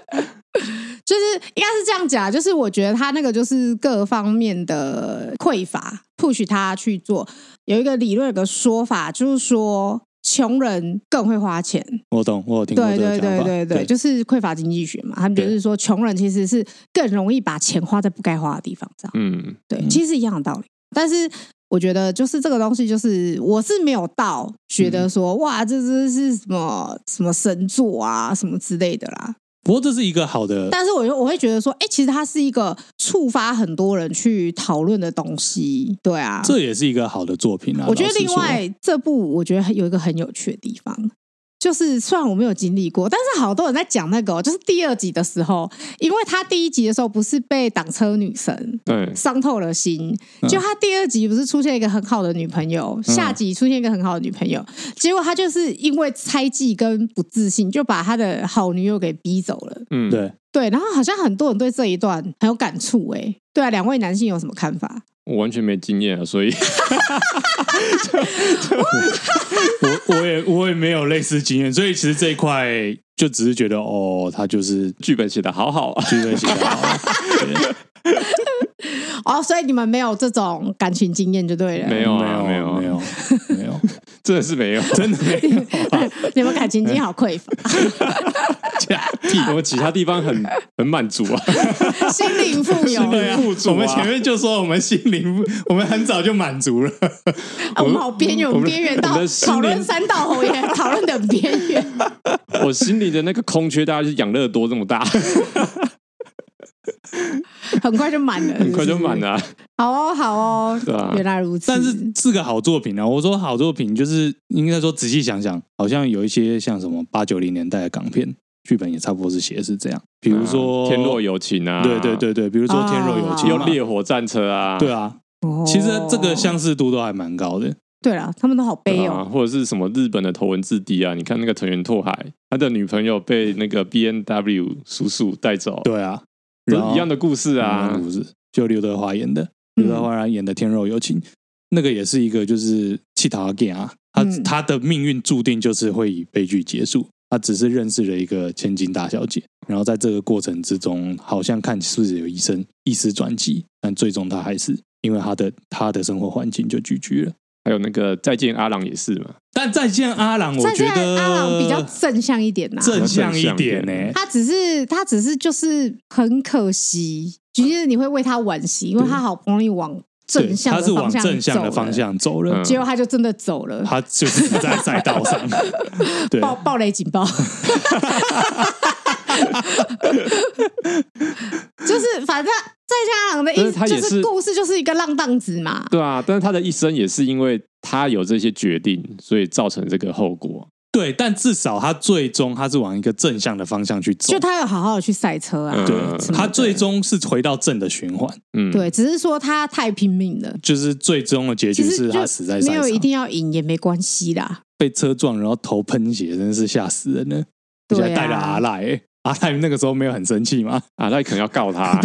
就是应该是这样讲，啊就是我觉得他那个就是各方面的匮乏，push 他去做。有一个理论，有个说法，就是说穷人更会花钱。我懂，我有听过对这个对讲法。对对对，就是匮乏经济学嘛，他们就对是说穷人其实是更容易把钱花在不该花的地方，这样嗯，对，其实是一样的道理。但是我觉得就是这个东西，就是我是没有到觉嗯得说、哇，这这是什么什么神作啊，什么之类的啦。不过这是一个好的但是我就我会觉得说，哎、其实它是一个触发很多人去讨论的东西，对啊。这也是一个好的作品啊。我觉得老实另说外这部，我觉得有一个很有趣的地方，就是虽然我没有经历过，但是好多人在讲那个哦、就是第二集的时候，因为他第一集的时候不是被挡车女神对，伤透了心，嗯就他第二集不是出现一个很好的女朋友，下集出现一个很好的女朋友，结果他就是因为猜忌跟不自信，就把他的好女友给逼走了。嗯，对对，然后好像很多人对这一段很有感触哎、对啊，两位男性有什么看法？我完全没经验啊，所以我我也我也没有类似经验，所以其实这一块就只是觉得哦，他就是剧本写的好好啊，剧本写的好，哦，所以你们没有这种感情经验就对了，没有 啊，没有，没，有 没有， 真的是没有，真的没有啊， 你们感情经验好匮乏，我其他地方 很很满足啊，心灵富有。对啊富足啊我们前面就说我们心灵，我们很早就满足了。啊我们好边缘，我们边缘到我们的心灵讨论三道红也讨论的很边缘。我心里的那个空缺大概是养乐多这么 大，很快就满了，很快就满是不是。了啊，好哦，好哦，对啊原来如 此。但是是个好作品啊！我说好作品，就是应该说仔细想想，好像有一些像什么八九零年代的港片剧本也差不多是写的是这样，比比如说《天若有情啊，对对，对对，比如说《啊天若有情》有嘛烈火战车啊，对啊，哦其实这个相似度都还蛮高的。对了，他们都好对悲啊，哦。或者是什么日本的头文字 D 啊？你看那个藤原拓海，他的女朋友被那个 B N W 叔叔带走，对啊，都然后一样的故事一样啊的。故事，就刘德华演的，嗯刘德华演的《天若有情》，那个也是一个就是气塔给啊，他嗯他的命运注定就是会以悲剧结束。他只是认识了一个千金大小姐，然后在这个过程之中，好像看似有一生一丝转机，但最终他还是因为他的他的生活环境就聚居了。还有那个再见阿郎也是嘛，但再见阿郎，啊我再觉见得阿郎比较啊正向一点呐，正向一点欸正向一点呢、他只是他只是就是很可惜，就是你会为他惋惜，因为他好不容易往正对，向他的是往方向正向的走方了，向走了，嗯结果他就真的走了，他就死在赛道 上。对，暴暴 雷警报。就是反正再加上的意但是思，他就也是是故事就是一个浪荡子嘛。对啊。但是他的一生也是因为他有这些决定，所以造成这个后果。对，但至少他最终他是往一个正向的方向去走就。他有好好的去赛车啊，嗯对嗯，什么的他最终是回到正的循环，嗯，对，只是说他太拼命了。就是最终的结其局实是就他死在没赛有一场，定要赢也没关系啦。被车撞，然后头喷血，真是吓死人了。而且对啊还带了阿赖、欸，阿赖那个时候没有很生气吗？ 啊，那可能要告他。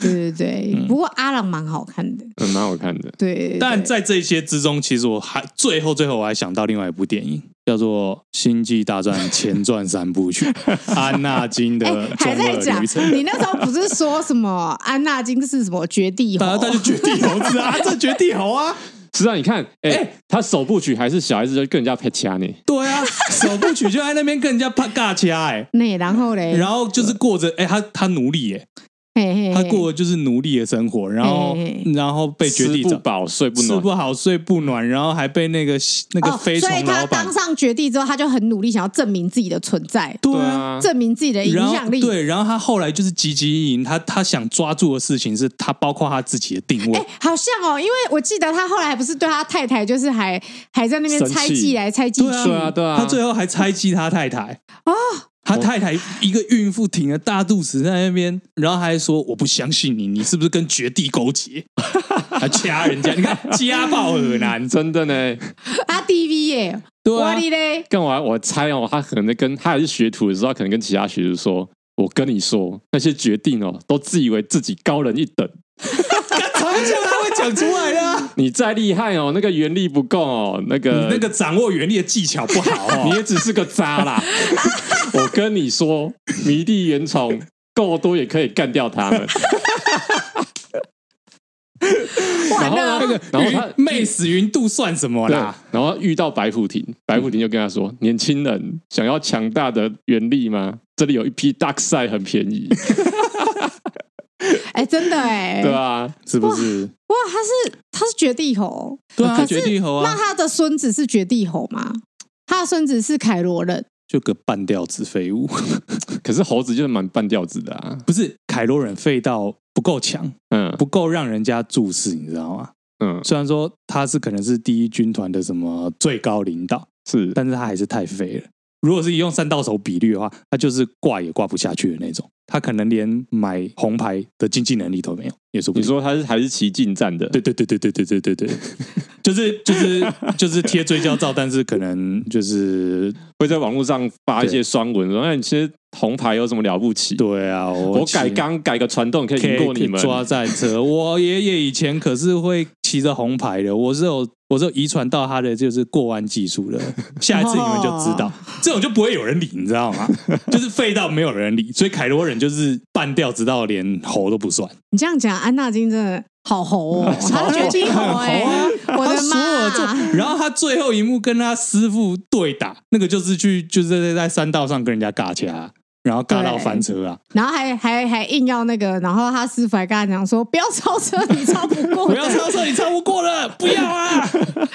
对对对，不过阿郎蛮好看的，嗯蛮好看的。对对嗯对但在这些之中，其实我还最后最后我还想到另外一部电影，叫做《星际大战前传三部 曲》，安纳金哎、的还中在二讲旅程。你那时候不是说什么安纳金是什么绝 地大猴家？啊他就绝地猴子啊，这绝地猴啊，实际上你看，哎、他首部曲还是小孩子就跟人家配掐呢，对啊，首部曲就在那边跟人家啪尬掐哎、那然后嘞，然后就是过着哎、他他奴隶哎、嘿嘿嘿他过的就是奴隶的生活，然后哎然后被绝地吃不长饱睡不吃暖，不好睡不暖，然后还被那个那个哦，飞所以虫他老板当上绝地之后，他就很努力想要证明自己的存在，对啊。啊，证明自己的影然后响力。对，然后他后来就是积极营，他他想抓住的事情是他包括他自己的定位哎，，好像哦，因为我记得他后来不是对他太太，就是还还在那边生气猜忌来猜忌去，对啊，对啊，他最后还猜忌他太太啊，他太太一个孕妇挺着大肚子在那边，然后还说我不相信你，你是不是跟绝地勾结？ 还掐人家，你看家暴很难，真的呢。他 DV 耶，啊对哇啊，哩嘞，干我还我猜哦，他可能跟他还是学徒的时候，他可能跟其他学徒说：“我跟你说，那些决定哦，都自以为自己高人一等，好像他会讲出来的啊、 你再厉害哦，那个原力不够哦，那你个那个掌握原力的技巧不好你哦，也只是个 渣啦。我跟你说，迷弟原虫够多也可以干掉他们。完然后了，呢 然后他云妹死云度算什么对，啦然？后遇到白虎亭，白虎亭就跟他说：“年轻人，想要强大的原力吗？这里有一批 Dark Side 很便宜，哎，真的哎， 对啊，是不是？哇，他是他是绝地猴，对啊，可绝是地猴那啊，他的孙子是绝地猴吗？他的孙子是凯罗人，就个半吊子废物， 可是猴子就是蛮半吊子的啊。不是凯罗人废到不够强，嗯不够让人家注视，你知道吗？嗯，虽然说他是可能是第一军团的什么最高领导，是但是他还是太废了。如果是用三到手比率的话，他就是挂也挂不下去的那种，他可能连买红牌的经济能力都没有，也说不你定。说他是还是骑近战的，对对对对对对对对 对，就是就是就是贴追焦照，但是可能就是会在网络上发一对些双文说：“那哎你其实红牌有什么了不起？对啊，我我改骑缸改个传动可以可赢以过你们。”抓战车。我爷爷以前可是会骑着红牌的，我是有我是有遗传到他的就是过弯技术的。下一次你们就知道哦，这种就不会有人理，你知道吗？就是废到没有人理，所以凯罗人就是半吊子到连猴都不算。你这样讲，安纳金真的好猴 哦，他绝地猴哎、我啊他的所有做妈！，然后他最后一幕跟他师傅对打，那个就是去就是在在山道上跟人家尬起来啊，然后尬到对翻车啊！然后还还还硬要那个，然后他师傅还跟他讲说，不要超车，你超不过 不要的。超车，你超不过了，不要啊！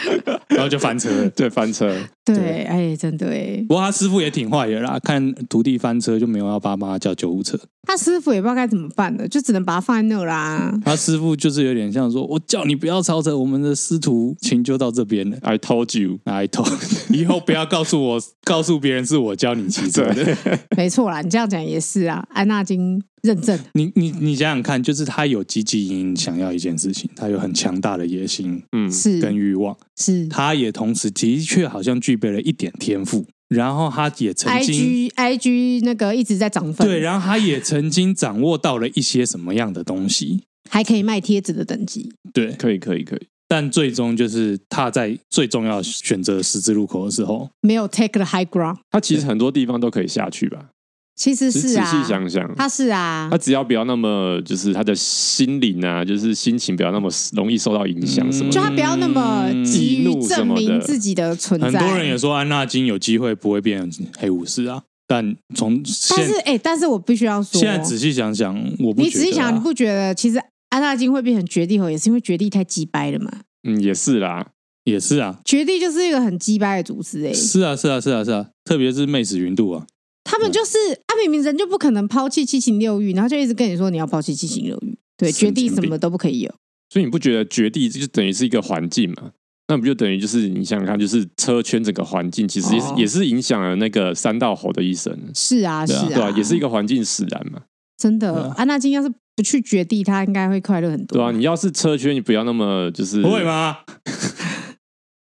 然后就翻车了。对翻车，对，哎，真的哎，不过他师傅也挺坏的啦，看徒弟翻车就没有要爸妈叫救护车。他师傅也不知道该怎么办了，就啊只能把他放在那啦。他师傅就是有点像说，我叫你不要超车，我们的师徒情就到这边了。 I told you，哎，头，以后不要告诉我， 告诉别人是我教你骑 车的。没错啦，你这样讲也是啊，安纳金认证。你你你想想看，就是他有积极营营想要一件事情，他有很强大的野心嗯，跟是欲望，是他也同时的确好像具备了一点天赋，然后他也曾，I 经 G I G 那个一直在涨粉，对，然后他也曾经掌握到了一些什么样的东西，还可以卖贴纸的等级。对，可以可以可以，但最终就是踏在最重要选择十字路口的时候，没有 take the high ground，他其实很多地方都可以下去吧。其实其实是仔啊，细想想，他是啊，他只要不要那么，就是他的心灵啊，就是心情不要那么容易受到影响什么就的。他不要那么嗯急于证明自己的存在。很多人也说安纳金有机会不会变成黑武士啊，但从但现是哎、但是我必须要说，现在仔细想想，我不你觉仔细得啊想，你不觉得其实安纳金会变成绝地猴，也是因为绝地太鸡掰了嘛？嗯，也是啦，也是啊，绝地就是一个很鸡掰的组织哎、是啊，是啊，是啊，是啊，特别是妹子云度啊，他们就是他、明明人就不可能抛弃七情六欲，然后就一直跟你说你要抛弃七情六欲，对，神经绝病地什么都不可以有。所以你不觉得绝地就等于是一个环境嘛？那不就等于就是你想想看，就是车圈整个环境其实也是、哦也是影响了那个三道猴的一生，是啊，是对啊啊，对吧、也是一个环境使然嘛，真的对啊。安纳金要是不去绝地，他应该会快乐很多。对吧、啊你要是车圈，你不要那么就是不啊会？吗？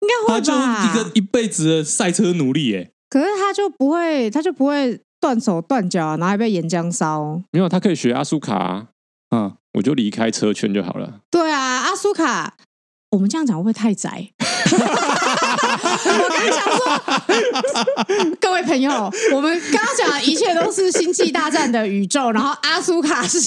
应该他会就是吧？一个一辈子的赛车奴隶耶、可是他就不会，他就不会断手断脚啊，然后还被岩浆烧。没有，他可以学阿苏卡、啊，嗯，我就离开车圈就好了。对啊，阿苏卡，我们这样讲会不会太宅？ 我刚想说， 各位朋友，我们刚刚讲的一切都是《星际大战》的宇宙， 然后阿苏卡是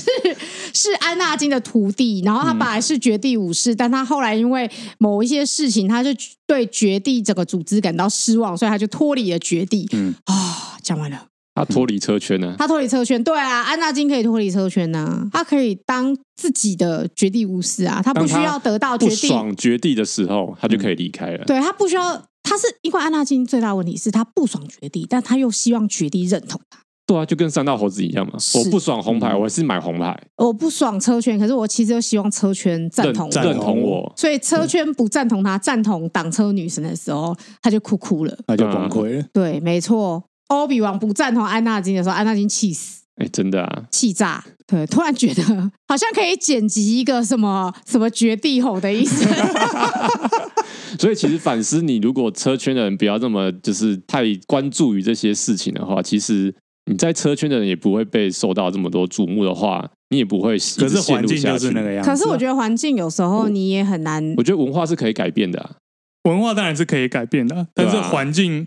是安纳金的徒弟，然后他本来是绝地武士，但他后来因为某一些事情，他就对绝地整个组织感到失望，所以他就脱离了绝地。嗯嗯啊、讲完了。他脱离车圈呢、他脱离车圈，对啊，安纳金可以脱离车圈呐、他可以当自己的绝地武士啊，他不当需他要得到不绝地，爽绝地的时候，他就可以离开了。对他不需要，他是因为安纳金最大的问题是他不爽绝地，但他又希望绝地认同他。对啊，就跟三道猴子一样嘛。是嗯我不爽红牌，我还是买红牌，我不爽车圈，可是我其实又希望车圈赞认同认我。同我。所以车圈不赞同他，赞同挡车女神的时候，他就哭哭了。那就崩溃了。对，没错，欧比王不赞同安纳金的时候，安纳金气死。哎，真的啊，气炸！对，突然觉得好像可以剪辑一个什么什么绝地吼的意思。所以其实反思你，如果车圈的人不要这么就是太关注于这些事情的话，其实你在车圈的人也不会被受到这么多瞩目的话，你也不会一直可是陷环入境下就是去那个样子啊。可是我觉得环境有时候你也很难我觉得文化是可以改变的、啊，文化当然是可以改变的啊，但是对啊环境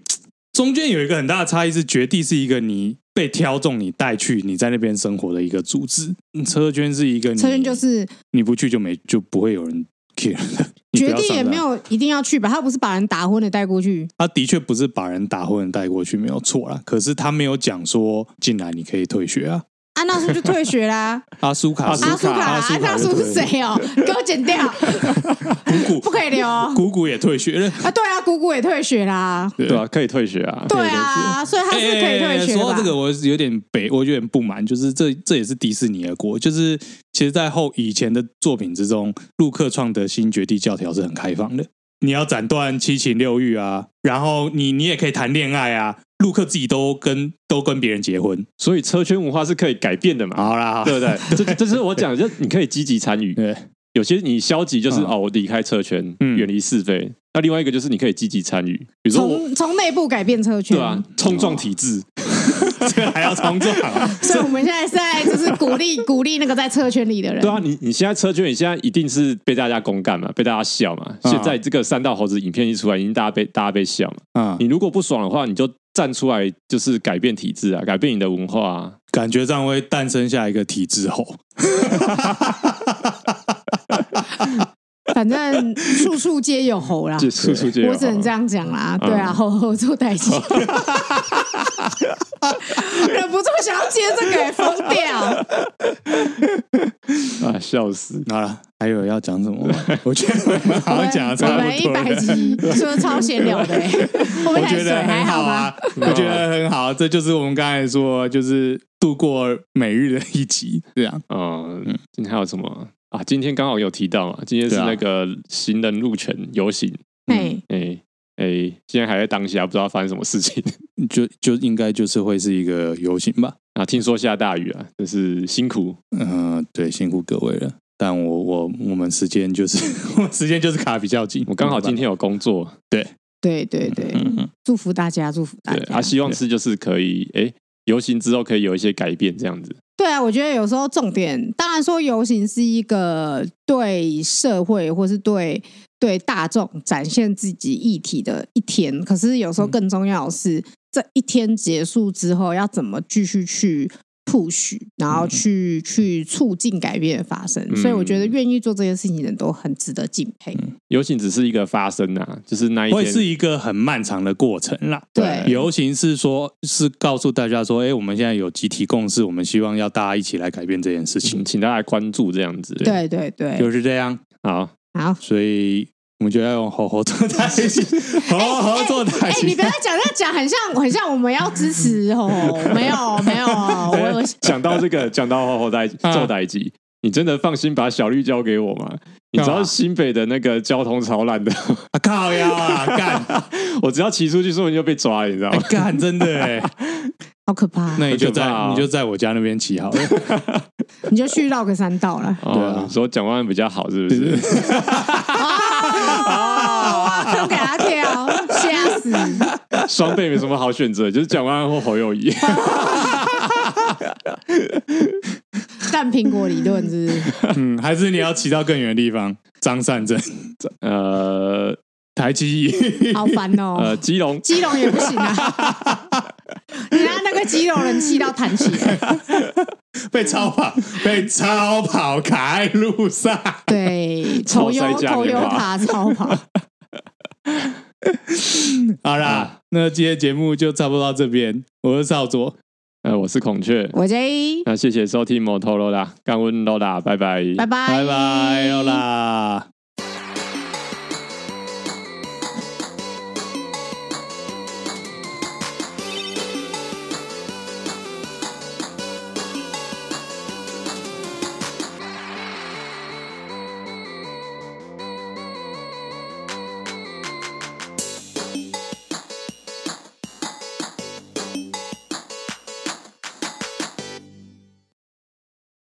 中间有一个很大的差异是，绝地是一个你被挑中、你带去、你在那边生活的一个组织，嗯车圈是一个你车圈就是你不去就没就不会有人 care 的。 你不绝要地上也当没，有一定要去吧，他不是把人打昏的带过去，他的确不是把人打昏带过去没有错啦，可是他没有讲说进来你可以退学啊。安娜苏就退 学啦、阿苏卡是，阿苏卡啦，安阿娜苏苏卡是谁 哦？给我剪掉，对？姑不姑可以留哦。姑姑也退学了。啊，对啊，姑姑也退学啦，对对啊，可以退学啊。对啊，所以他是可以退学哎说吧到这？个，我有点北，我有点不满，就是这这也是迪士尼的锅，就是其实，在后以前的作品之中，陆克创的新绝地教条是很开放的，你要斩断七情六欲啊，然后你你也可以谈恋爱啊，陆克自己都跟都跟别人结婚，所以车圈文化是可以改变的嘛，好啦，对不对？这这是我讲，就你可以积极参与。对，有些你消极就是嗯哦，我离开车圈，嗯远离是非。那另外一个就是你可以积极参与，比如说我，从从内部改变车圈对，啊，冲撞嗯体制， 这个还要冲撞啊， 所以我们现在是在就是鼓励 鼓励那个在车圈里的人对。啊，你你现在车圈，你现在一定是被大家公干嘛，被大家笑嘛。嗯现在这个三道猴子影片一出来，已经大家被大家被笑嘛。啊、你如果不爽的话，你就站出来，就是改变体制啊，改变你的文化啊。感觉上会诞生下一个体制后，反正处处皆有猴啦，就处处啊皆有啊我只能猴这样讲啦。嗯对啊，猴猴做代 际，忍不住想要接这个、欸，疯掉！啊，笑死！好了，还有要讲什 么吗？我觉得我们好像讲的我差们不多了我们一百集说超 闲聊的、欸，我们我觉水得还很好吗？啊，我觉得很好，这就是我们刚才说，就是度过每日的一集这样。嗯，今天还有什么啊？今天刚好有提到嘛，今天是对啊那个行人路权游行，嗯哎、哎、哎、现在还在当下，不知道发生什么事情就就应该就是会是一个游行吧。啊。听说下大雨啊，真是辛苦。嗯、对，辛苦各位了。但我我我们时间就是 我们时间就是卡比较紧，嗯我刚好今天有工作，对对对，祝福大家，祝福大对家啊，。希望是就是可以，哎、游行之后可以有一些改变，这样子。对啊，我觉得有时候重点，当然说游行是一个对社会或是对对大众展现自己议题的一天，可是有时候更重要的是、这一天结束之后要怎么继续去 push，然后去、去促进改变的发生。嗯所以我觉得愿意做这件事情的人都很值得敬佩。游行只是一个发生啊，就是那一会天是一个很漫长的过程啦。对游行是说，是告诉大家说，哎，我们现在有集体共识，我们希望要大家一起来改变这件事情嗯请，请大家来关注这样子。，对对对，就是这样。好，好。所以我们就要用吼吼做代行， 吼吼做代哎、行。你不要讲，那讲很像，很像我们要支持哦，没有没有，我我讲到 这个，讲到后后代啊做代机，你真的放心把小绿交给我吗？你知干道嘛新北的那个交通超烂的， 啊靠腰 啊，干我只要骑出去，说不定就被抓了，你知道吗？干，真的哎，好可怕、 那你就在很可怕哦你就在我家那边骑好 了，你就去绕个山道了。啊哦，你说蒋万安比较好，是 不是？哦，都给他跳，吓死！双倍没什么好选择，就是蒋万安或侯友谊。善苹果理论，是不是？嗯，还是你要骑到更远的地方？张善 政、呃台积椅，好烦哦、呃，基隆基隆也不行啊， 你让那个基隆人气到弹起来。被超跑被超跑卡在路上。对，头 超优塞加啊头优棉花塔超跑，好啦，那今天节目就差不多到这边。我是少佐，呃，我是孔雀。我 J，那谢谢收听摩托罗拉，干温罗拉，拜拜，拜拜拜拜，好啦。